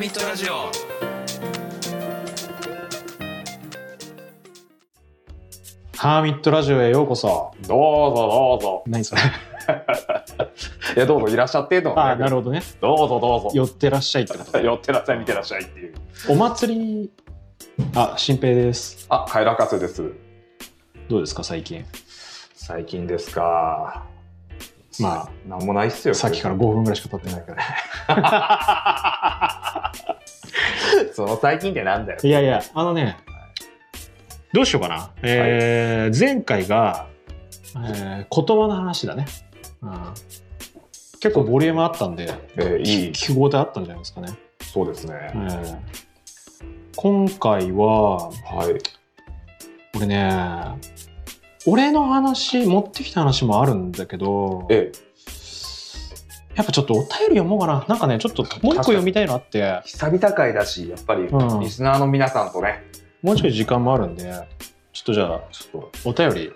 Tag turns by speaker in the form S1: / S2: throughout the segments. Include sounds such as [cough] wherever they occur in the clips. S1: ミットラジオ
S2: ハーミットラジオへようこそ。
S3: どうぞどうぞ。
S2: 何それ。
S3: [laughs] いや、どうぞいらっしゃってと
S2: あ
S3: か
S2: あ、
S3: ね、
S2: なるほどね。
S3: どうぞどうぞ。
S2: 寄ってらっしゃいってこと。
S3: 寄ってらっしゃい、見てらっしゃいっていう。
S2: お祭り。あ、新平です。
S3: あ、カエラカスです。
S2: どうですか、最近。
S3: 最近ですか。
S2: ま
S3: あ、なんもないっすよ。
S2: さっきから5分ぐらいしか経ってないから。
S3: [laughs] その最近ってなんだよ。
S2: いやいや、あのね。どうしようかな。えー前回が。えー言葉の話だね。うん結構ボリュームあったんで、
S3: えーいい。
S2: 聞き応えあったんじゃないですかね。
S3: そうです
S2: え
S3: ね。
S2: ー今回は、
S3: はい。
S2: 俺ね俺の話持ってきた話もあるんだけど
S3: え、
S2: やっぱちょっとお便り読もうかななんかねちょっともう一個読みたいのあって
S3: 久々会だし、やっぱり
S2: うん
S3: リスナーの皆さんとね、
S2: もうちょい時間もあるんでちょっとじゃあ
S3: ちょっと
S2: お便り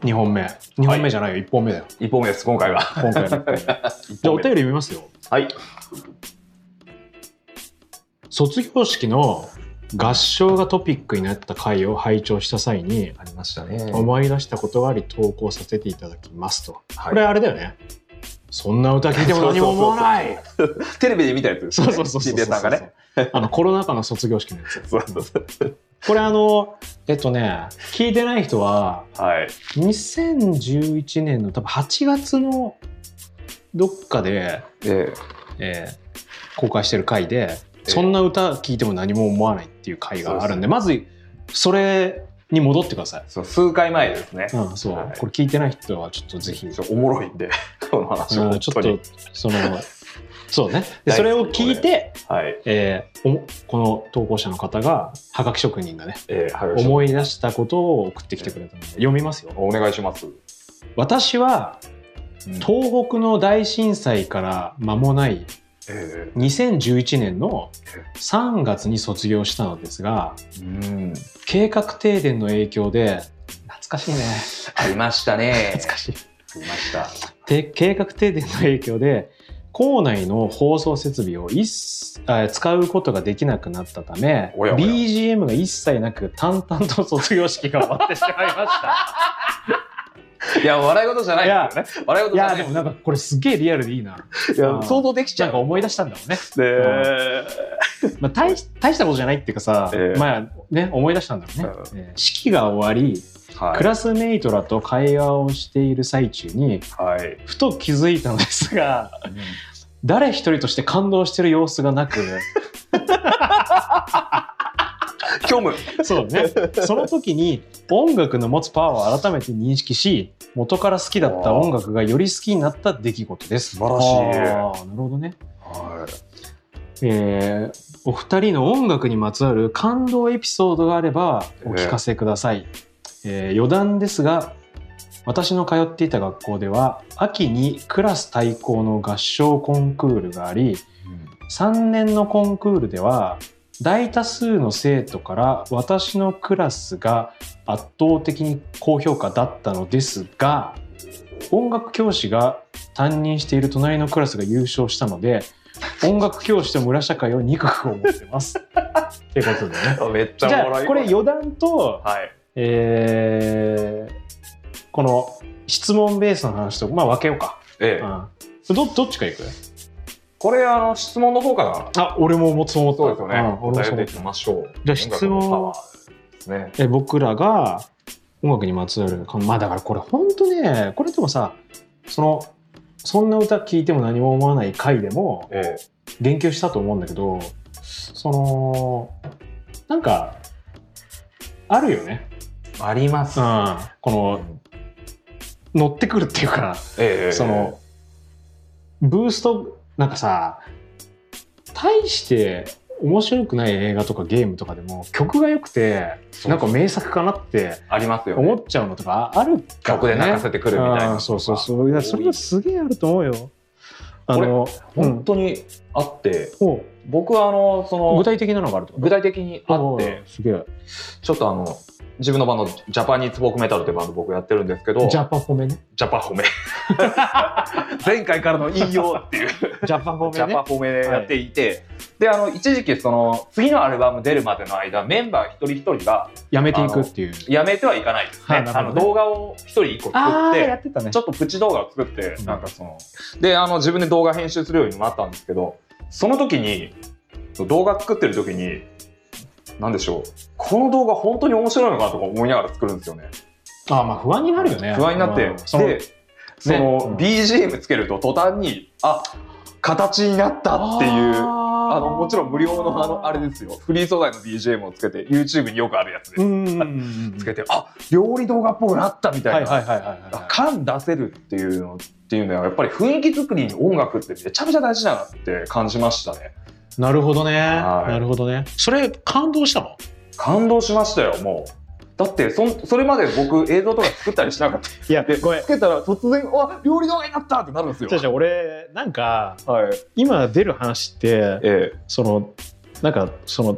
S2: 2本目2本目じゃないよ、1本目だよ
S3: 一本目です、今回 [laughs] は。
S2: 今回のじゃあお便り読みますよ
S3: はい。
S2: 卒業式の合唱がトピックになった回を拝聴した際に
S3: ありましたねは
S2: 思い出したことがあり投稿させていただきますと、
S3: い
S2: これあれだよねそんな歌聞いても何も思わない
S3: テレビで見たやつです
S2: そう
S3: ね。
S2: そうそうそう。
S3: シンペイさんがね。。
S2: あの、コロナ禍の卒業式のやつ。
S3: そうそうそう。
S2: これあの、えっとね、聞いてない人は、
S3: はい。
S2: 2011年の多分8月のどっかで、
S3: え
S2: えー公開してる回で、そんな歌聞いても何も思わないっていう回があるんで、まず、それに戻ってください。
S3: そう数回前ですね。
S2: うん、そう、
S3: はい
S2: これ聞いてない人はちょっとぜひ、うんちょ
S3: そうおもろいんで [laughs] この話を
S2: っ
S3: 本当に
S2: と、
S3: [laughs]
S2: その、そうね。で
S3: 大好き
S2: それを聞いて、
S3: はい、
S2: えーおもこの投稿者の方が、はがき職人がね、
S3: えー、はい
S2: 思い出したことを送ってきてくれたので読みますよ
S3: お願いします。
S2: 私は
S3: と
S2: 東北の大震災から間もない
S3: え
S2: 2011年の3月に卒業したのですが
S3: ーうん、
S2: 計画停電の影響で懐かしいね
S3: ありましたね。
S2: 懐かしい
S3: ありました。
S2: で計画停電の影響で校内の放送設備を一切あ使うことができなくなったため
S3: おやおや
S2: BGM が一切なく淡々と卒業式が終わってしまいました
S3: いや笑い事じゃ [laughs] ないですよね。笑い事
S2: い
S3: じゃな
S2: や
S3: い
S2: で
S3: です
S2: もなんかこれすげえリアルでいいな。
S3: いや
S2: うん
S3: 想像できち
S2: な
S3: ゃ
S2: ん
S3: う
S2: か。思い出したんだもんね。
S3: ね
S2: まあ大し大したことじゃないっていうかさ、
S3: ええ
S2: まあね思い出したんだろうね。ええ式が終わり、
S3: は
S2: クラスメイトらと会話をしている最中に
S3: いはい。
S2: ふと気づいたのですが、誰一人として感動してる様子がなく、
S3: 虚無。
S2: そうね。その時に音楽の持つパワーを改めて認識し、元から好きだった音楽がより好きになった出来事です。
S3: 素晴らしい
S2: あーなるほどね。
S3: は
S2: えーお二人の音楽にまつわる感動エピソードがあればお聞かせください、えー余談ですが私の通っていた学校では秋にクラス対抗の合唱コンクールがあり3年のコンクールでは大多数の生徒から私のクラスが圧倒的に高評価だったのですが音楽教師が担任している隣のクラスが優勝したので音楽教師と村社会を憎く思ってます。ってことでね。
S3: い。めっち
S2: [laughs] じ
S3: ゃ
S2: ゃあ
S3: 笑い。
S2: これ余談と、
S3: はい。
S2: えーこの質問ベースの話と、まあ、分けようか。
S3: ええ
S2: うん、どどっちからいく
S3: これあの質問の方から。
S2: あ俺ももそう思った。
S3: そうですよね。
S2: ん俺も
S3: 答え
S2: そう思
S3: て
S2: っ
S3: い
S2: た
S3: きましょう。
S2: じゃあ質
S3: 音
S2: 問
S3: 楽のパワーですね。
S2: え僕らが音楽にまつわるまあだからこれ本当ねこれでもさそのそんな歌聴いても何も思わない回でも
S3: ええ
S2: 言及したと思うんだけどそのなんかあるよね、
S3: あります
S2: うん、この乗ってくるっていうか、
S3: ええ
S2: そのブーストなんかさ大して面白くない映画とかゲームとかでも曲が良くてなんか名作かなって
S3: ありますよ、ね
S2: 思。っちゃうのとかあるから
S3: 曲で
S2: ね
S3: 泣かせてくるみたいなの
S2: あ
S3: が、
S2: ーそうそうそういやそれがすげえあると思うよあ
S3: これ
S2: の
S3: 本当にあって、
S2: お
S3: 僕はあのその
S2: 具体的なのがあるってこと
S3: 具体的にあっ
S2: お
S3: て
S2: ーすげえ
S3: ちょっとあの自分のバンドジャパニーズ・ボーク・メタルってバンド僕やってるんですけど
S2: ジャパホメね
S3: ジャパホメ [laughs] 前回からの引用っていう、
S2: ジャパンフォ
S3: ジャ
S2: ーメ
S3: パ
S2: ね
S3: フォメでやっていて、で、あの、一時期、その、次のアルバム出るまでの間、メンバー一人一人が、
S2: やめていくっていう。
S3: やめてはいかないですね。
S2: はいな
S3: あ
S2: るほど
S3: の
S2: ね
S3: 動画を一人一個作っ
S2: ー
S3: て、
S2: ってたね
S3: ちょっとプチ動画を作って、
S2: うん
S3: なんかその、で、あの、自分で動画編集するようにもなったんですけど、その時に、動画作ってる時に、なんでしょう、この動画本当に面白いのかなとか思いながら作るんですよね。
S2: あーまあ不安になるよね。
S3: 不安になって
S2: う、んその
S3: で、その、
S2: うん
S3: BGM つけると途端に、あ、形になったっていう、あの、もちろん無料のあの、あれですよ、フリー素材の BGM をつけて、YouTube によくあるやつです。
S2: うんうんうんうん。
S3: つけて、あ、料理動画っぽくなったみたいな。
S2: はいはいはいはいはい。
S3: 感出せるっていうのっていうのはやっぱり雰囲気作りに音楽ってめちゃめちゃ大事だなって感じましたね
S2: なるほどね。
S3: はい
S2: なるほどね。それ感動したの？
S3: 感動しましたよもうだってそんそれまで僕映像とか作ったりしなかった
S2: いや
S3: で
S2: ごめん
S3: つ。けたら突然あ料理動画になったってなるんですよ
S2: じゃじゃ俺なんか
S3: はい
S2: 今出る話って
S3: え
S2: そのなんかその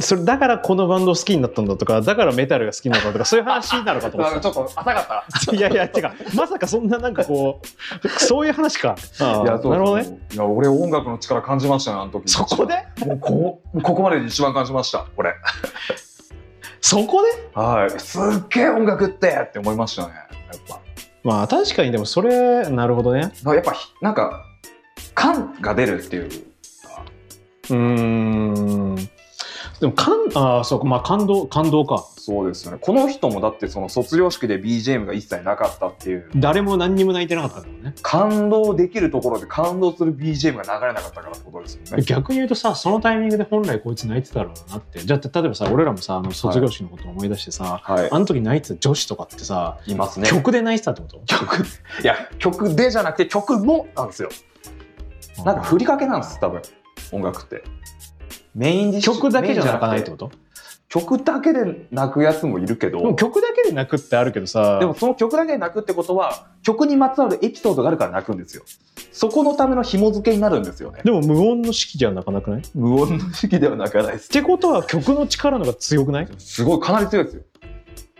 S2: それだからこのバンド好きになったんだとかだからメタルが好きになったとかそういう話なのか
S3: え、
S2: と思っ
S3: なん
S2: て
S3: [laughs]
S2: た
S3: かちょっと浅かった
S2: いやいや、てか、まさかそんななんかこう、そういう話か。ああ
S3: いやそう
S2: なるほどね。
S3: ねいや俺音楽の力感じましたねあの時
S2: そこで
S3: もうこうここまでで一番感じましたこれ
S2: そこで
S3: はいすっげえ音楽ってって思いましたねやっぱ
S2: まあ確かにでもそれ、なるほどね。
S3: まあやっぱひなんか感が出るっていう
S2: うーん。でも、かん、ああ、そうか、まあ感動、感動か。
S3: そうですよねこの人もだってその卒業式で BGM が一切なかったっていう
S2: 誰も何にも泣いてなかったんだもんね。
S3: 感動できるところで感動する BGM が流れなかったからってことですよね
S2: 逆に言うとさ、そのタイミングで本来こいつ泣いてたろうなって。じゃあ、例えばさ、俺らもさ、あの卒業式のことを思い出してさ、
S3: はい
S2: あの時泣いてた女子とかってさ、
S3: いますね
S2: 曲で泣いてたってこと
S3: 曲いや曲でじゃなくて曲もなんですよなんか振りかけなんです多分音楽ってメインディッシュ
S2: 曲だけじゃ泣かないって
S3: メイン
S2: こと
S3: じゃなくて曲だけで泣くやつもいるけど
S2: でも曲だけで泣くってあるけどさ、
S3: でもその曲だけで泣くってことは曲にまつわるエピソードがあるから泣くんですよそこのための紐付けになるんですよね
S2: でも無音の式じゃ泣かなくない
S3: 無音の式では泣かないです
S2: ってことは曲の力の方が強くない
S3: すごいかなり強いですよ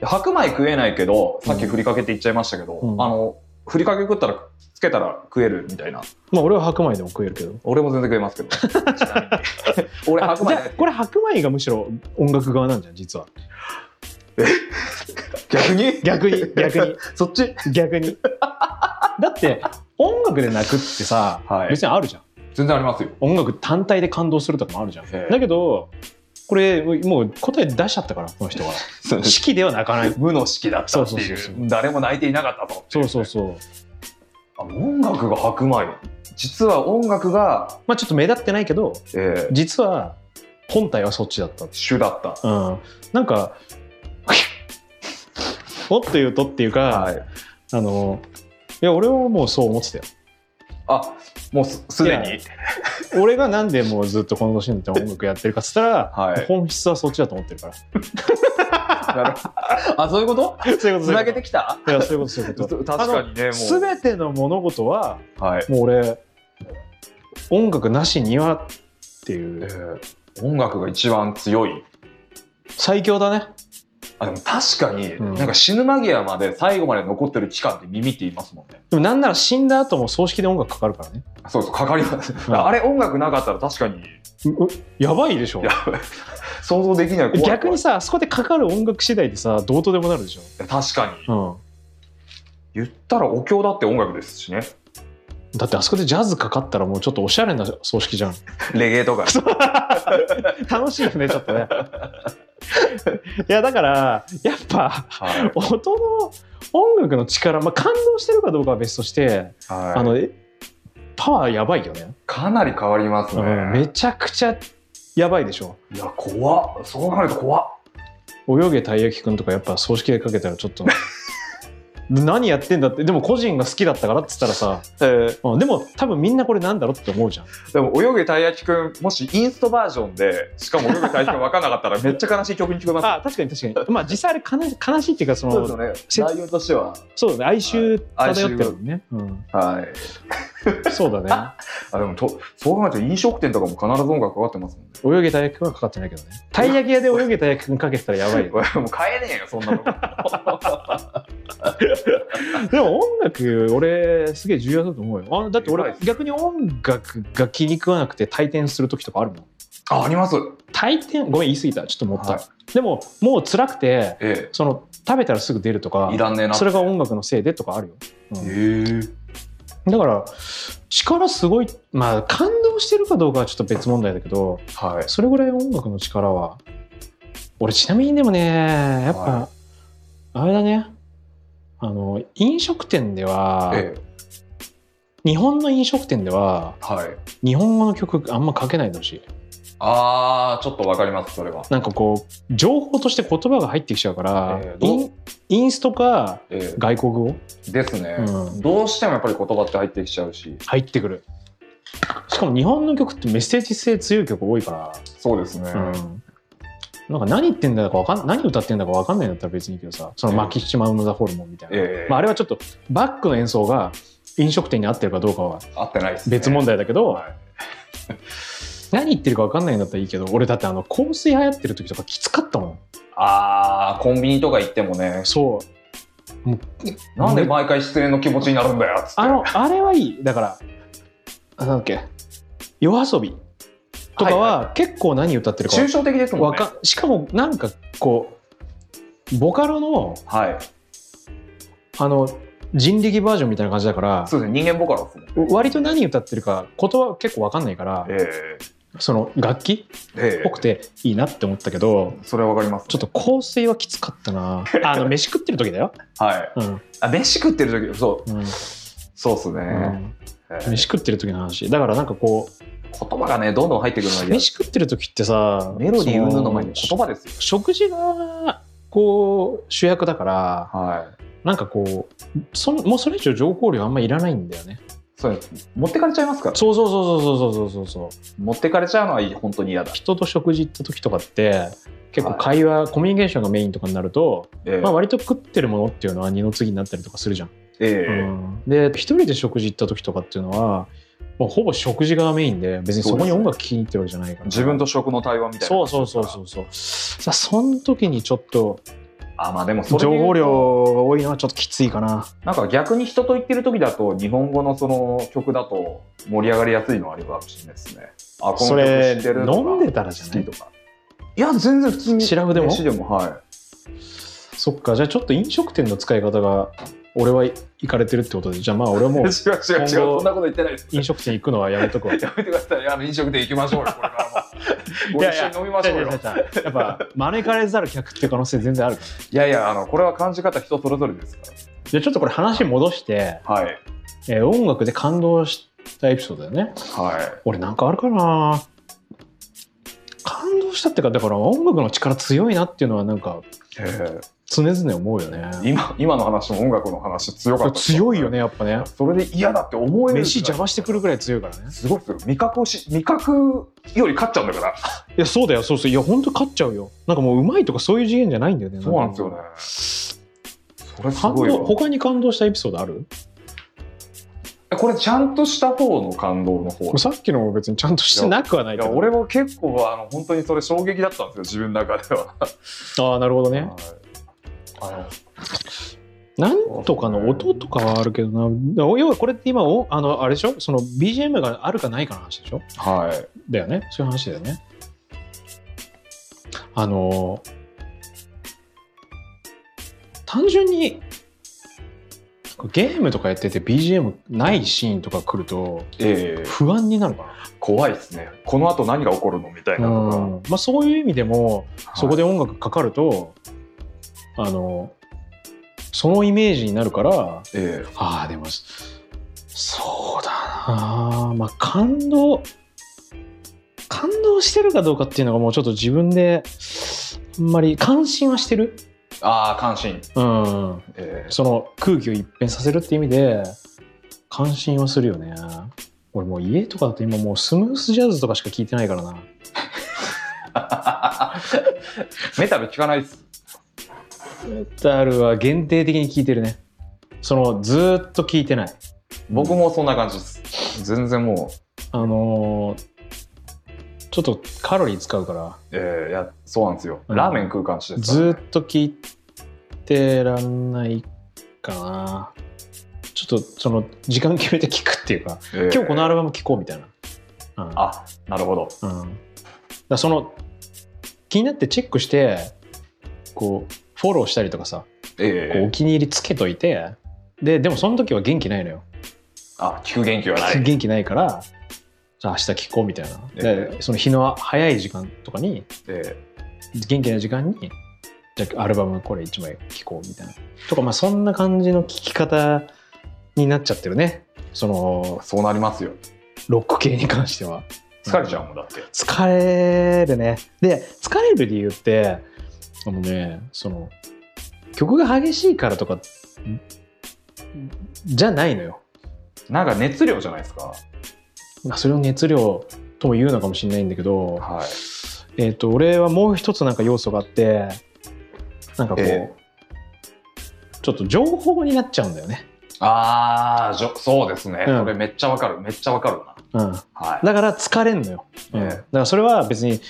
S3: 白米食えないけどさっきふりかけって言っちゃいましたけど、
S2: うん
S3: あのふりかけ食ったらつけたら食えるみたいな
S2: まあ俺は白米でも食えるけど。
S3: 俺も全然食えますけどちなみ
S2: [laughs]
S3: に俺白米
S2: あじゃあこれ白米がむしろ音楽側なんじゃん実は
S3: 逆に [laughs]
S2: 逆に逆に
S3: そっち
S2: 逆にだって音楽で泣くってさ、
S3: はい
S2: 別にあるじゃん
S3: 全然ありますよ
S2: 音楽単体で感動するとかもあるじゃん
S3: へえ
S2: だけどこれもう答え出しちゃったからこの人は式では泣かない
S3: 無の式だったって
S2: そうそ
S3: いうう
S2: そうそう
S3: 誰も泣いていなかったと
S2: そうそうそう
S3: あ音楽が白米実は音楽が、
S2: まあちょっと目立ってないけど
S3: えー
S2: 実は本体はそっちだった
S3: 主だった
S2: うんなんかもっと言うとっていうか、
S3: はい
S2: あのいや俺はもうそう思ってたよ
S3: あもうすすで
S2: い
S3: に
S2: 俺がなんでもうずっとこの年になって音楽やってるかっつったら、
S3: はい
S2: 本質はそっちだと思ってるから
S3: なるほど [laughs] あそういうこと
S2: [laughs] そういうこと
S3: つなげて
S2: き
S3: きた
S2: いやそういうことそういう [laughs] こと
S3: 確かにねもう
S2: すべての物事は
S3: はい
S2: もう俺音楽なしにはってい
S3: え
S2: う
S3: ー音楽が一番強い
S2: 最強だね
S3: あでも確かに、
S2: うん
S3: なんか死ぬ間際まで最後まで残ってる期間って耳って言いますもんね
S2: でもなんなら死んだ後も葬式で音楽かかるからね
S3: あそうそうかかります、
S2: うん
S3: あれ音楽なかったら確かに
S2: ううやばいでしょ
S3: や想像できない怖い怖い
S2: 逆にさあそこでかかる音楽次第でさどうとでもなるでしょ、
S3: 確かに
S2: う
S3: 言ったらお経だって音楽ですしね
S2: ん、だってあそこでジャズかかったらもうちょっとおしゃれな葬式じゃん
S3: レゲエとか
S2: 楽しいよねちょっとねいやだからやっぱ
S3: はい、
S2: 音の音楽の力、まあ、感動してるかどうかは別として、あ
S3: はい、
S2: のえパワーやばいよね、
S3: かなり変わりますね、
S2: うんめちゃくちゃやばいでしょ
S3: いや怖っそうなると怖っ
S2: 泳げたい焼きくんとかやっぱ葬式でかけたらちょっ [laughs] と何やってんだってでも個人が好きだったからっつったらさ、うんでも多分みんなこれなんだろうって思うじゃん
S3: でも泳げたい焼きくんもしインストバージョンでしかも泳げたい焼きくん分かんなかったらめっちゃ悲しい曲に聞こえます
S2: [laughs] あ確かに確かにまあ実際あれ悲し悲しいっていうかそのそう,、
S3: ですよね内容としては
S2: だね哀愁
S3: はい
S2: 漂ってるもんね、うん
S3: はい
S2: [laughs] そうだね
S3: あでもとそう考えると飲食店とかも必ず音楽かかってますもんね。 [laughs]
S2: 泳げたい焼きくんはかかってないけどねたい焼き屋で泳げたい焼きくんかけてたらやばいよ
S3: 俺もう買えねえよそんなの。
S2: [laughs] でも音楽俺すげえ重要だと思うよあだって
S3: 偉
S2: 俺
S3: いっす
S2: 逆に音楽が気に食わなくて退店する時とかあるもん
S3: ああります。
S2: 退店ごめん言い過ぎたちょっともった、
S3: はい
S2: でももう辛くて
S3: え
S2: その食べたらすぐ出るとか
S3: え。いらんねえな。
S2: それが音楽のせいでとかあるよ、うん
S3: へえ。
S2: だから力すごいまあ感動してるかどうかはちょっと別問題だけど
S3: はい。
S2: それぐらい音楽の力は俺ちなみにでもねやっぱ、
S3: は
S2: あれだねあの飲食店では、
S3: ええ。
S2: 日本の飲食店では
S3: はい。
S2: 日本語の曲あんまかけないでほしい
S3: ああちょっとわかりますそれは。
S2: なんかこう情報として言葉が入ってきちゃうから、
S3: えーどう
S2: インインストか
S3: え
S2: 外国語、
S3: え。ですね。
S2: うん
S3: どうしてもやっぱり言葉って入ってきちゃうし。
S2: 入ってくるしかも日本の曲ってメッセージ性強い曲多いから
S3: そうですね。
S2: うんなんか何言ってんだかわかん何歌ってんだかわかんないんだったら別にいいけどさその
S3: ええ
S2: マキシマム・ザ・ホルモンみたいな、
S3: ええ。
S2: まあ、あれはちょっとバックの演奏が飲食店に合ってるかどうかは
S3: 合ってないです、ね。
S2: 別問題だけど、
S3: はい
S2: [laughs] 何言ってるかわかんないんだったらいいけど俺だってあの香水流行ってる時とかきつかったもん
S3: ああコンビニとか行ってもね。
S2: そうもう
S3: なんで毎回失恋の気持ちになるんだよっつって。
S2: あのあれはいいだからあなんだっけ夜遊びとか
S3: はい
S2: は結構何歌ってるかわ
S3: 抽象的ですもん
S2: わ
S3: ね。
S2: かんしかもなんかこうボカロの
S3: はい。
S2: あの人力バージョンみたいな感じだから
S3: そうですね。人間ボカロですね。
S2: 割と何歌ってるか言葉結構わかんないから
S3: え
S2: その楽器
S3: え。え
S2: っ
S3: え。
S2: ぽくていいなって思ったけど
S3: それはわかります、
S2: ちょっと香水はきつかっ
S3: [laughs]
S2: たなあの飯食ってる時だよ、
S3: と。はい。
S2: うん
S3: あ、飯食ってる時、そう、
S2: うん
S3: そうっすね。ええ
S2: 飯食ってる時の話だからなんかこ
S3: 言葉がね、どんどん入ってくるの
S2: う
S3: で、
S2: 飯食ってる時ってさ
S3: メロディー云々の前に
S2: その
S3: 言葉ですよ。
S2: 食事がこう主役だから
S3: はい。
S2: なんかこうそんもうそれ以上情報量あんまいらないんだよね
S3: そうです。持ってかれちゃいますから。
S2: そうそうそうそうそうそうそうそう
S3: 持ってかれちゃうのはいい本当に嫌だ。
S2: 人と食事行った時とかって結構会話、コミュニケーションがメインとかになると、
S3: ええ
S2: まあ、割と食ってるものっていうのは二の次になったりとかするじゃん、
S3: ええ
S2: うんで一人で食事行った時とかっていうのはもうほぼ食事がメインで別にそこに音楽聴きに行ってるわけじゃないから、
S3: 自分と食の対話みたいな。
S2: そうそうそうそうそうさあその時にちょっと
S3: あ、まあでもそれで
S2: 情
S3: 言うと
S2: 報量が多いのはちょっときついかな
S3: なんか逆に人と言ってる時だと、日本語のその曲だと盛り上がりやすいのはあるかもしれないですね。あ、こ
S2: そ
S3: の
S2: れ
S3: 曲知ってるとか。
S2: 飲んでたらじゃない
S3: 好きとか。いや、全然普通に。
S2: シラフでも
S3: 飯でも、はい。
S2: そっかじゃあちょっと飲食店の使い方が俺は行かれてるってことでじゃあまあ俺はも
S3: 違う
S2: う
S3: [laughs] 違う違う、そんなこと言ってないです。
S2: 飲食店行くのはや
S3: [laughs]
S2: めとくわい
S3: やめてください。あの飲食店行きましょうよ、これ
S2: [laughs]
S3: からも。
S2: い
S3: ご
S2: やい
S3: 一緒
S2: や
S3: に飲みましょうよ。い
S2: やっぱ招かれざる客っていう可能性全然あるから
S3: やいや、あの、これは感じ方人それぞれですか
S2: じゃあちょっとこれ話戻して、
S3: ら。はい。
S2: えー音楽で感動したエピソードだよね
S3: は
S2: 俺なんかあるかな感動したってかだから音楽の力強いなっていうのはなんか
S3: い。え
S2: 常々思うよね
S3: ー今、今の話も音楽の話強かった。
S2: 強いよ。ねやっぱね
S3: それで嫌だって思える。
S2: 飯邪魔してくるぐらい強いからね
S3: すごいですよ。味覚をし、味覚より勝っちゃうんだから。
S2: いやそうだよそうそういや本当勝っちゃうよなんかもううまいとかそういう次元じゃないんだよね
S3: そうなんですよね。それす
S2: 感
S3: ごい
S2: 動
S3: わ。
S2: 他に感動したエピソードある
S3: これちゃんとした方の感動の方。
S2: さっきのも別にちゃんとしてなくはない
S3: い
S2: け
S3: や
S2: ど
S3: 俺も結構あの本当にそれ衝撃だったんですよ自分の中では。
S2: ああなるほどね
S3: はいあの
S2: なんとかの音とかはあるけどな要はこれって今おあのあれでしょその BGM があるかないかの話でしょ
S3: はい。
S2: だよねそういう話だよねあのー単純にゲームとかやってて BGM ないシーンとか来ると
S3: ええ
S2: 不安になるか
S3: 怖いですね。この後何が起こるのみたい
S2: な、
S3: なとか、
S2: まあ、そういう意味でもそこ
S3: で
S2: で音楽かかると、あのそのイメージになるから
S3: え
S2: ああでもそうだなあまあ感動感動してるかどうかっていうのがもうちょっと自分であんまり感心はしてる、
S3: えああ関心。
S2: うん、
S3: え [laughs] え
S2: その空気を一変させるって意味で感心はするよね俺もう家とかだと今もうスムースジャズとかしか聞いてないからな
S3: メタル聞かないです。
S2: メタルは限定的に聞いてるねそのずーっと聞いてない
S3: 僕もそんな感じです。全然もう、
S2: あのーちょっとカロリー使うから
S3: ええいやそうなんですよ。
S2: うん
S3: ラーメン食う感じです
S2: ず
S3: からね、
S2: ーっと聞いてらんないかなちょっとその時間決めて聞くっていうか
S3: えー
S2: 今日このアルバム聴こうみたいな、うん
S3: あなるほど
S2: うん、だからその気になってチェックしてこうフォローしたりとかさ
S3: え
S2: こう
S3: え
S2: お気に入りつけといてででもその時は元気ないのよ
S3: あ聞く元気はない
S2: 元気ないからじゃあ明日聞こうみたいな、
S3: え
S2: でその日の早い時間とかに
S3: え
S2: 元気な時間にじゃあアルバムこれ1枚聴こうみたいなとかまあそんな感じの聴き方になっちゃってるねその
S3: えそうなりますよ
S2: ロック系に関しては
S3: 疲れちゃうもんだって
S2: 疲れるねで疲れる理由ってあのねその曲が激しいからとかじゃないのよ
S3: なんか熱量じゃないですか
S2: まあそれを熱量とも言うのかもしれないんだけど、
S3: はい
S2: えー、と俺はもう一つなんか要素があってなんかこう、
S3: え
S2: ちょっと情報になっちゃうんだよね、
S3: ああじょそうですね、
S2: うん
S3: それめっちゃわかるめっちゃわかるな
S2: うん、
S3: はい
S2: だから疲れんのよ、うん
S3: ええ
S2: だからそれは別に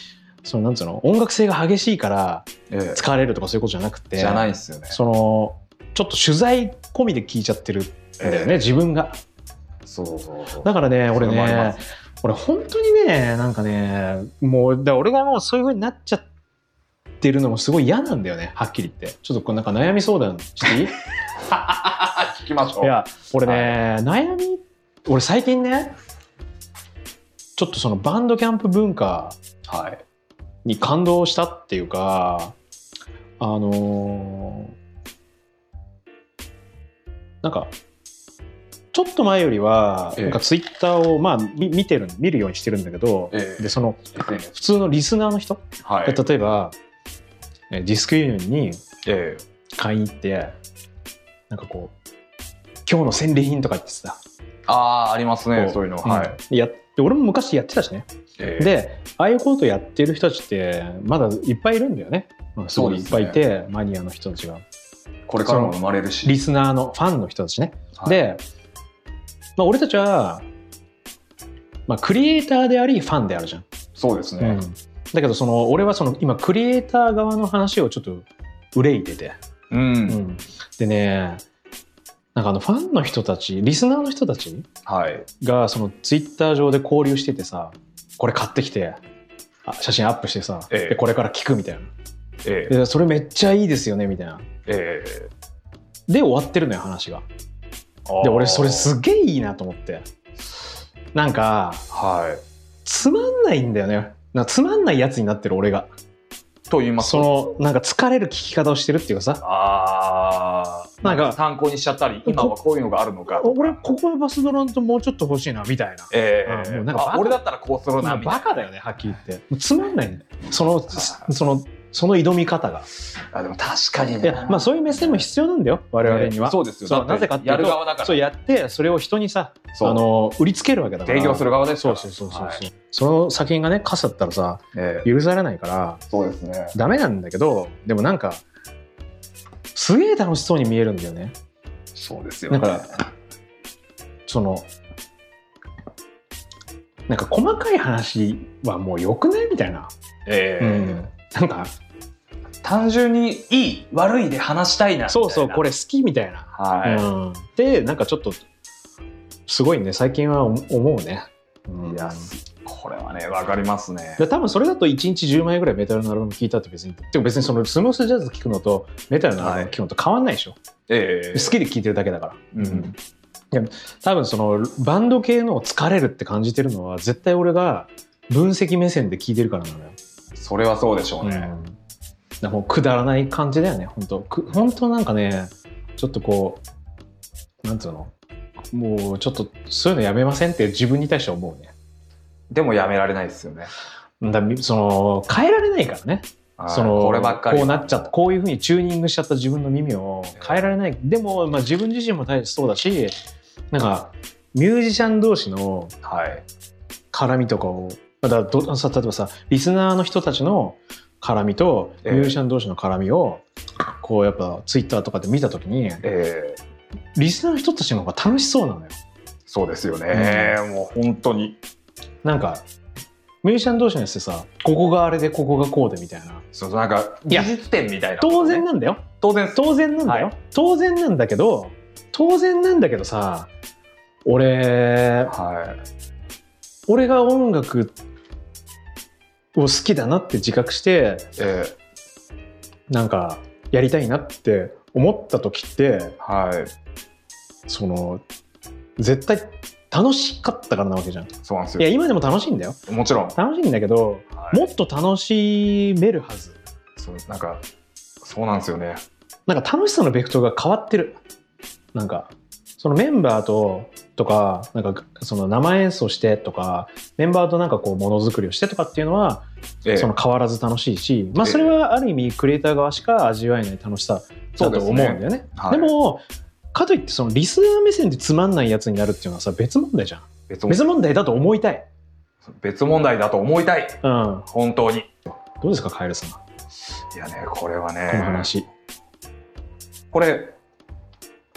S2: そのなんつうの音楽性が激しいから
S3: え
S2: 疲れるとかそういうことじゃなくて
S3: えじゃないですよね
S2: そのちょっと取材込みで聞いちゃってるんだよね、自分が
S3: そうそうそう
S2: だからね俺
S3: それもあり
S2: ね
S3: ます
S2: 俺本当にねなんかねもうだから俺がもうそういう風になっちゃってるのもすごい嫌なんだよねはっきり言ってちょっとこうなんか悩み相談していいい
S3: あ [laughs] 聞きましょう
S2: や俺ね、悩み俺最近ねちょっとそのバンドキャンプ文化
S3: はい
S2: に感動したっていうかあのーなんかちょっと前よりは、
S3: ええ
S2: なんかツイッターをまあみ見てる見るようにしてるんだけど、
S3: ええ
S2: でその
S3: SNS
S2: 普通のリスナーの人、
S3: はい
S2: 例えばえディスクユニオンに
S3: え
S2: 買いに行ってなんかこう今日の戦利品とか言ってさ、
S3: えああありますね
S2: こ
S3: そういうのはい、
S2: うんやって俺も昔やってたしね
S3: ええ
S2: でああいうことやってる人たちってまだいっぱいいるんだよね、まあ、すごいいっぱいいて、マニアの人たちが
S3: これからも生まれるし
S2: リスナーのファンの人たちね、
S3: はい
S2: で、まあ、俺たちは、まあ、クリエイターでありファンであるじゃん、
S3: そうですね、
S2: うんだけどその俺はその今クリエイター側の話をちょっと憂いてて、
S3: うん、
S2: うんでねなんかあのファンの人たちリスナーの人たち
S3: はい
S2: がそのツイッター上で交流しててさこれ買ってきてあ写真アップしてさ、
S3: ええ
S2: でこれから聞くみたいな
S3: ええ
S2: でそれめっちゃいいですよねみたいな
S3: ええ
S2: で終わってるのよ話がで俺それすっげえいいなと思ってなんか
S3: は
S2: つまんないんだよねなつまんないやつになってる俺が、
S3: いと言いますと
S2: そのなんか疲れる聞き方をしてるっていうかさ
S3: ああ
S2: なんか
S3: 参考にしちゃったり今はこういうのがあるのか
S2: 俺ここのバスドロンともうちょっと欲しいなみたいな
S3: え
S2: う
S3: え
S2: んもうなんかバカ
S3: あ俺だったらこうするなみたい
S2: バ
S3: な
S2: カだよねはっきり言ってもうつまんないんだよそのそのその挑み方が
S3: あでも確かに
S2: いやまあそういう目線も必要なんだよ我々に
S3: え
S2: は、
S3: えそうですよ
S2: そう
S3: だって
S2: なぜかっていうと
S3: やる側だから
S2: そうやってそれを人にさあ
S3: そう
S2: の売りつけるわけだから
S3: 提供する側ですか
S2: そ
S3: ら
S2: うそうそうそう、
S3: はい
S2: その作品がね傘だったらさ
S3: ええ
S2: 許されないから
S3: そうですね
S2: ダメなんだけどでもなんかすげえ楽しそうに見えるんだよね
S3: そうですよ
S2: だ
S3: ね
S2: からそのなんか細かい話はもうよくないみたいな、
S3: ええ
S2: うんなんか
S3: 単純にいい悪いで話したいなみたいな
S2: そうそうこれ好きみたいな、
S3: は
S2: うん、でなんかちょっとすごいね最近は思思うね、うん
S3: いいやこれはねわかりますね
S2: で多分それだと1日10枚ぐらいメタルのアルバム聴いたって別にでも別にそのスムースジャズ聴くのとメタルのアルバム聴くのと変わんないでしょ、
S3: ええ
S2: 好きで聴いてるだけだから
S3: うん
S2: 多分そのバンド系の疲れるって感じてるのは絶対俺が分析目線で聴いてるからなのよ、
S3: それはそうでしょう
S2: うん、だ
S3: ね
S2: からもうくだらない感じだよね本当く本当なんかねちょっとこうなんつうのもうちょっとそういうのやめませんって自分に対して思うね
S3: でもやめられないですよね
S2: だからその変えられないからね
S3: はい
S2: その
S3: こればっかり
S2: こうなっちゃったこういうふうにチューニングしちゃった自分の耳を変えられない、でも、まあ、自分自身も大してそうだしなんかミュージシャン同士の
S3: はい
S2: 絡みとかをまあだどさ例えばさリスナーの人たちの絡みとミ
S3: ええ
S2: ュージシャン同士の絡みを、こうやっぱツイッターとかで見た時に
S3: ええ
S2: リスナーの人たちの方が楽しそうなのよ
S3: そうですよね、もう本当に
S2: なんかミュージシャン同士のやつってさここがあれでここがこうでみたいな
S3: そうなんか
S2: いや
S3: 技術点みたいな、
S2: 当然なんだよ、
S3: 当然
S2: 当然なんだよ、
S3: はい
S2: 当然なんだけど当然なんだけどさ俺
S3: は
S2: 俺が音楽を好きだなって自覚して
S3: いえ
S2: なんかやりたいなって思った時って
S3: ーはい
S2: その絶対楽しかったからなわけじゃんい
S3: そうなんです
S2: や
S3: よ
S2: 今でも楽しいんだよ
S3: もちろん、
S2: 楽しいんだけど
S3: はい
S2: もっと楽しめるはず
S3: そうなんかそうなんですよね
S2: なんか楽しさのベクトルが変わってるなんかそのメンバーととかなんかその生演奏してとかメンバーとなんかこうものづくりをしてとかっていうのは
S3: ええ
S2: その変わらず楽しいし、まあ、
S3: ええ
S2: それはある意味クリエイター側しか味わえない楽しさだと思うんだよね
S3: そは
S2: で
S3: い
S2: もかといってそのリスナー目線でつまんないやつになるっていうのはさ別問題じゃん
S3: 別
S2: 別問題だと思いたい、
S3: 別問題だと思いたい
S2: うん、ど
S3: 本当に
S2: うですかカエルさんこ
S3: いやねこれはね
S2: の話、
S3: これ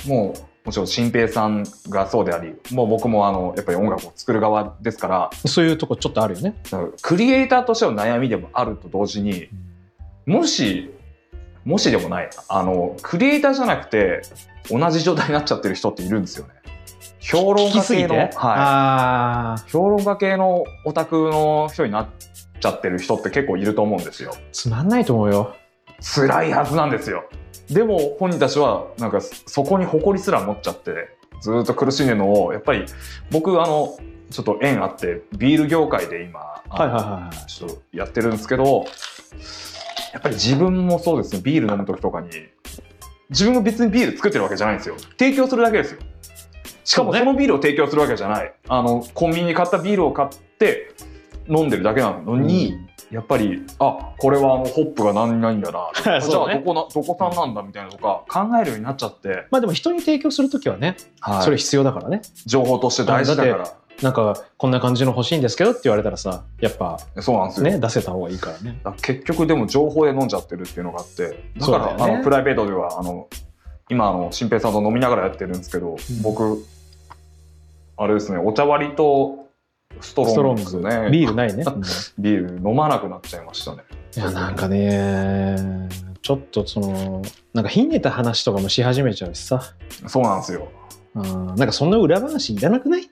S3: もうもちろん新平さんがそうでありもう僕もあのやっぱり音楽を作る側ですから
S2: そういうとこちょっとあるよね、
S3: クリエイターとしての悩みでもあると同時にもしもしでもないあのクリエイターじゃなくて同じ状態になっちゃってる人っているんですよね。評論
S2: 聞き
S3: 家
S2: すぎ
S3: 系
S2: て、
S3: の、は
S2: ああ
S3: い、評論家系のオタクの人になっちゃってる人って結構いると思うんですよ。
S2: つまんないと思うよ
S3: 辛いはずなんですよでも本人たちはなんかそこに誇りすら持っちゃってずーっと苦しんでるのをやっぱり僕あのちょっと縁あってビール業界で今、
S2: はいはいはいはい
S3: ちょっとやってるんですけどやっぱり自分もそうですねビール飲む時とかに自分も別にビール作ってるわけじゃないんですよ提供するだけですよしかも
S2: そう
S3: そ
S2: ね
S3: のビールを提供するわけじゃない、あのコンビニに買ったビールを買って飲んでるだけなのに、やっぱりあこれはあのホップが何々だ
S2: [laughs]
S3: な
S2: そうね
S3: じゃあどこなどこさんなんだみたいなとか考えるようになっちゃって、
S2: まあでも人に提供するときはね、
S3: はい
S2: それ必要だからね
S3: 情報として大事だ
S2: あ
S3: か
S2: なんかこんな感じの欲しいんですけどって言われたらさやっぱ
S3: らそうなんですよ、
S2: ね出せた方がいいからね
S3: だから結局でも情報で飲んじゃってるっていうのがあってだ
S2: そう
S3: か
S2: だよ
S3: ら
S2: ね
S3: あのプライベートではあの今あの新平さんと飲みながらやってるんですけど、僕あれですねお茶割りとスト
S2: スト
S3: ロ
S2: ロン
S3: ングです
S2: グ、
S3: ね
S2: ビールないね、うん
S3: [laughs] ビール飲まなくなっちゃいましたね
S2: いやなんかねちょっとそのなんかひねた話とかもし始めちゃうしさ
S3: そうなんですよ
S2: うんなんかそんな裏話いらなくない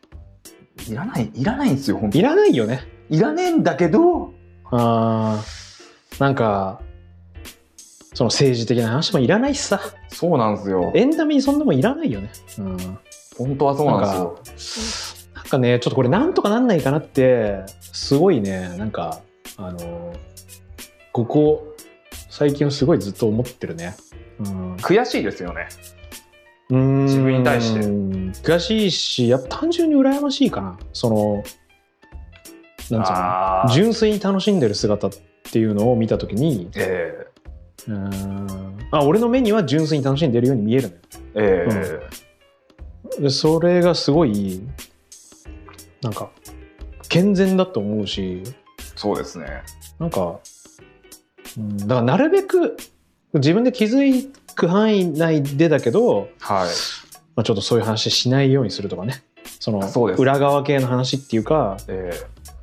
S3: いらないいらないんですよ本当
S2: いらないよね
S3: いらねえんだけど
S2: あーなんかその政治的な話もいらないしさ
S3: そうなんですよ
S2: エンタメにそんなもんいらないよね、うん、
S3: 本当はそうなんですよ
S2: なんかねちょっとこれなんとかなんないかなってすごいねなんかあのここ最近すごいずっと思ってるね、うん、
S3: 悔しいですよね
S2: 自
S3: 自分に対して
S2: 悔しいしやっぱ単純に羨ましいかなそのなんつうの
S3: あー
S2: 純粋に楽しんでる姿っていうのを見た時に
S3: え
S2: うーんあ俺の目には純粋に楽しんでるように見えるのよ
S3: えええ
S2: でそれがすごいなんか健全だと思うし
S3: そうですね
S2: なんか、うん、だからなるべく自分で気づく範囲内でだけど、
S3: はい
S2: まあ、ちょっとそういう話しないようにするとかねその
S3: あそうです
S2: 裏側系の話っていうか
S3: え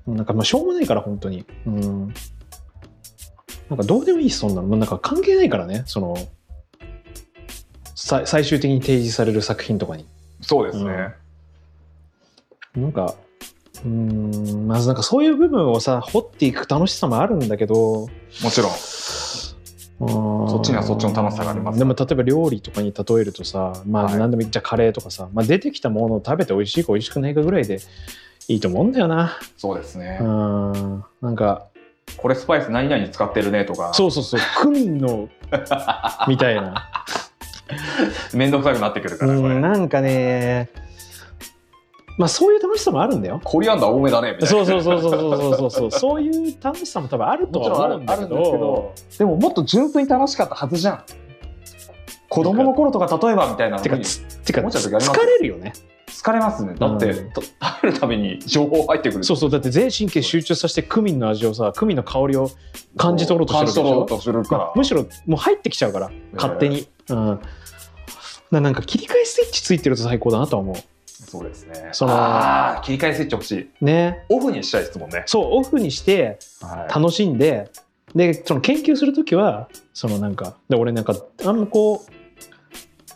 S2: なんかまあしょうもないから本当にうんなんかどうでもいいしそんなのなんか関係ないからねそのさ最終的に提示される作品とかに
S3: えそうですね、
S2: うんなんかうんまずなんかそういう部分をさ掘っていく楽しさもあるんだけど
S3: もちろん
S2: そ
S3: っちにはそっちの楽しさがあります
S2: でも例えば料理とかに例えるとさま
S3: は
S2: あ
S3: い
S2: 何でもいいじゃあカレーとかさ、まあ、出てきたものを食べて美味しいか美味しくないかぐらいでいいと思うんだよな
S3: そうですね、
S2: うんなんか
S3: これスパイス何々使ってるねとか
S2: そうそうそうクミンのみたいな
S3: 面倒くさくなってくるか
S2: [laughs] う
S3: らこれ、
S2: んなんかねまあそういう楽しさもあるんだよ
S3: コリアンダー多めだねみたいな
S2: そうそうそうそうそうそうそうそうそういう楽しさも多分あるとは思うんだけど
S3: もちろんあるあるんでももっと純粋に楽しかったはずじゃん子供の頃とか例えばみたいなの
S2: てか
S3: に
S2: つてか
S3: 思っちゃう
S2: 疲
S3: 時ありますよ
S2: れるよね
S3: 疲れますねだって、
S2: うん
S3: と食べるために情報入ってくる
S2: そうそうだって全神経集中させてクミンの味をさクミンの香りを感じ取ろうとし
S3: 感
S2: てるで
S3: じ
S2: しょ
S3: 取ろうとするから、
S2: まあむしろもう入ってきちゃうから勝手に、うんななんか切り替えスイッチついてると最高だなとは思
S3: そうですね
S2: その
S3: あー切り替えスイッチ欲しいう
S2: ね
S3: オフにしたいですもんね、
S2: そうオフにして
S3: はい
S2: 楽しんで、でその研究する時はそのなんかで俺なんかあんまこう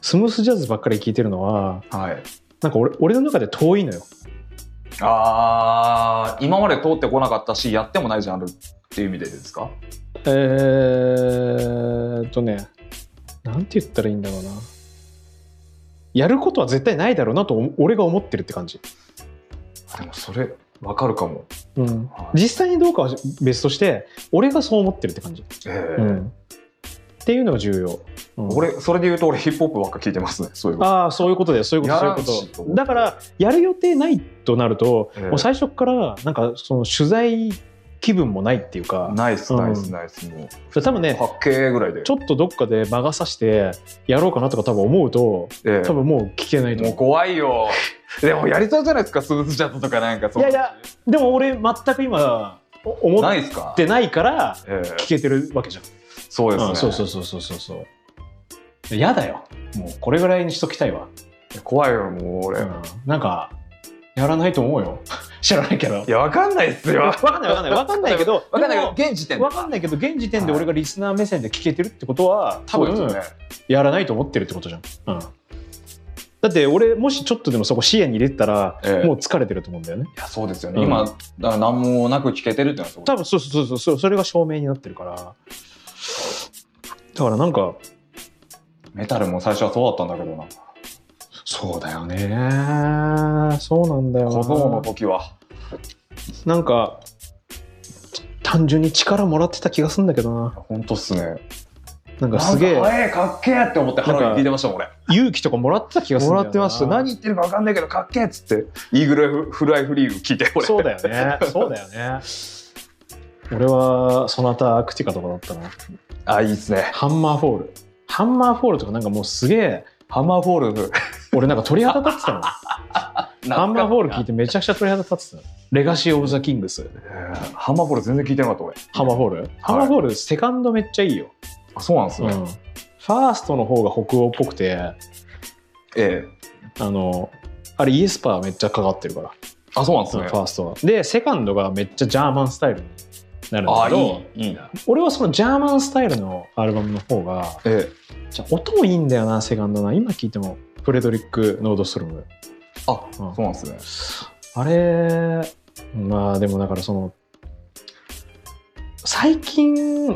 S2: スムースジャズばっかり聞いてるのは
S3: はい。
S2: なんか俺俺の中で遠いのよ
S3: ああ、今まで通ってこなかったし、やってもないジャンルっていう意味でですか
S2: えーっとねなんて言ったらいいんだろうなやることは絶対ないだろうなとお俺が思ってるって感じ、
S3: でもそれ、わかるかも。
S2: うん、実際にどうかは別として俺がそう思ってるって感じ、
S3: ええ
S2: うん、っていうのが重要、うん
S3: 俺、それで言うと俺ヒップホップばっか聞いてますね、そういうこと。
S2: ああそういうことですそういうこと
S3: や
S2: そう
S3: ら
S2: いうんこ
S3: しと思
S2: と
S3: って
S2: だからやる予定ないとなると、
S3: ええ
S2: もう最初からなんかその取材気分もないっていうか
S3: ナイス、
S2: うん
S3: ナイス、ナイス。も
S2: 多
S3: う、
S2: 分ね
S3: かっけーぐらいで。
S2: ちょっとどっかで魔が差してやろうかなとか多分思うと
S3: ええ
S2: 多分もう聞けないと
S3: も
S2: 思
S3: う
S2: う、
S3: 怖いよ。でもやりそうじゃないですか、スーツジャズとかなんかそう。
S2: いやいやでも俺全く今お思
S3: な
S2: っ
S3: いですか。
S2: てないから
S3: ええ
S2: 聞けてるわけじゃん
S3: そうですね。
S2: うんそうそうそうそうそうそう嫌だよもうこれぐらいにしときたいわ、
S3: 怖いよ、もう俺。
S2: うんなんかやらないと思うよ [laughs] 知らないけど
S3: いや、わかんないっすよ
S2: わ。かんないわかんないわかんないけど
S3: わかんない
S2: でも
S3: けど、現時点で
S2: わ。かんないけど現時点で俺がリスナー目線で聞けてるってことは多
S3: そうです
S2: 分
S3: よね。
S2: やらないと思ってるってことじゃん、うん、だって俺もしちょっとでもそこ視野に入れてたら
S3: ええ
S2: もう疲れてると思うんだよね
S3: いや、そうですよね。
S2: うん
S3: 今、だから何もなく聞けてるってのはすごい
S2: 多分そうそうそうそうそれが証明になってるからだからなんか
S3: メタルも最初はそうだったんだけどな。
S2: そうだよねそうなんだよ
S3: 子
S2: な
S3: 供の時は。
S2: なんか単純に力もらってた気がするんだけどな
S3: ほんとっすね。
S2: なんかすげ
S3: なん
S2: え
S3: かええ、かっけえって思って、ハロウィン聞いてましたもん、俺。
S2: 勇気とかもらってた気がするん
S3: も
S2: だ
S3: ら
S2: よな
S3: ってました。何言ってるかわかんないけど、かっけえっつって。イーグルフライフリーグ聞いて、俺。
S2: そうだよね。そうだよね。俺は、ソナタアクティカとかだったな。
S3: あ、いいっすね。
S2: ハンマーフォール。ハンマーフォールとかなんかもうすげえ、
S3: ハンマーフォールフ。
S2: 俺なんか鳥肌
S3: [laughs]
S2: 立ってたの。ハンマーフォール聞いてめちゃくちゃ鳥肌立ってたの。レガシー・オブ・ザ・キングス。
S3: えーハンマーフォール全然聞いてなかった、俺。
S2: ハンマーフォール、ハンマーフォール、セカンドめっちゃいいよ。
S3: あそうなんです
S2: う
S3: ね。
S2: ん。ファーストの方が北欧っぽくて、あ
S3: ええ
S2: の、あれイエスパーめっちゃかかってるから、
S3: あ、そうなんです
S2: フ
S3: ね。
S2: ァーストは。で、セカンドがめっちゃジャーマンスタイルになるんだ
S3: あ、
S2: けど、
S3: いい、いいな。
S2: 俺はそのジャーマンスタイルのアルバムの方が、
S3: ええ
S2: じゃあ音もいいんだよなセカンドな今聞いてもフレドリック・ノードストロム
S3: あ、
S2: う
S3: そ
S2: ん
S3: うなんですね。
S2: あれまあでもだからその最近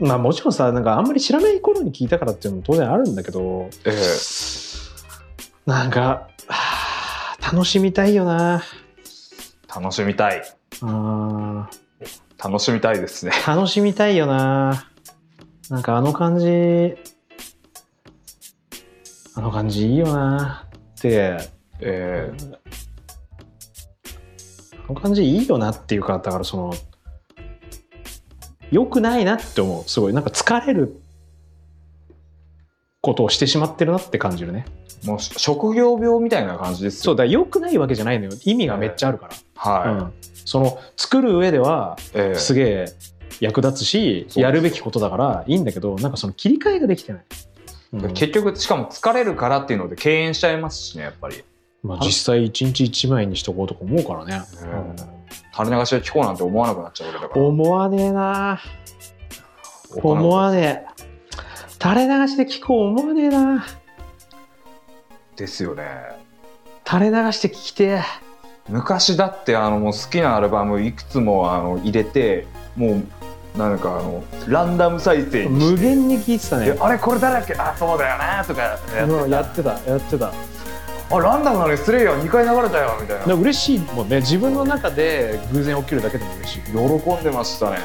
S2: まあもちろんさなんかあんまり知らない頃に聞いたからっていうのも当然あるんだけど
S3: ええ
S2: なんかはあ楽しみたいよな
S3: 楽しみたい。
S2: あ
S3: 楽しみたいですね。
S2: ー楽しみたいよななんかあの感じあの感じいいよなって
S3: ええ
S2: この感じいいよなっていうかだからその良くないなって思うすごいなんか疲れることをしてしまってるなって感じるね
S3: もうし職業病みたいな感じです
S2: そう
S3: よ。
S2: だから良くないわけじゃないのよ意味がめっちゃあるから、
S3: はい。
S2: うん、その作る上では
S3: ええ
S2: すげえ役立つし、
S3: そう
S2: やるべきことだからいいんだけどなんかその切り替えができてない、うん
S3: 結局、しかも疲れるからっていうので敬遠しちゃいますしね、やっぱり。
S2: まあ、実際一日一枚にしとこうとか思うからね、
S3: うん垂れ流しを聞こうなんて思わなくなっちゃうわけだから。
S2: 思わねえなあ思わねえ垂れ流しで聞こう思わねえな
S3: ですよね。
S2: 垂れ流して聞きてえ
S3: 昔だってあのもう好きなアルバムいくつもあの入れてもうなんかあのランダム再生に
S2: 無限に聞いてた
S3: で
S2: ね
S3: あれこれ誰だっけあそうだよなとかやってた
S2: うんやってたやってた
S3: あランダムなのにスレイヤー2回流れたよみたいな
S2: でも嬉しいもんね自分の中で偶然起きるだけでも嬉しい
S3: 喜んでましたね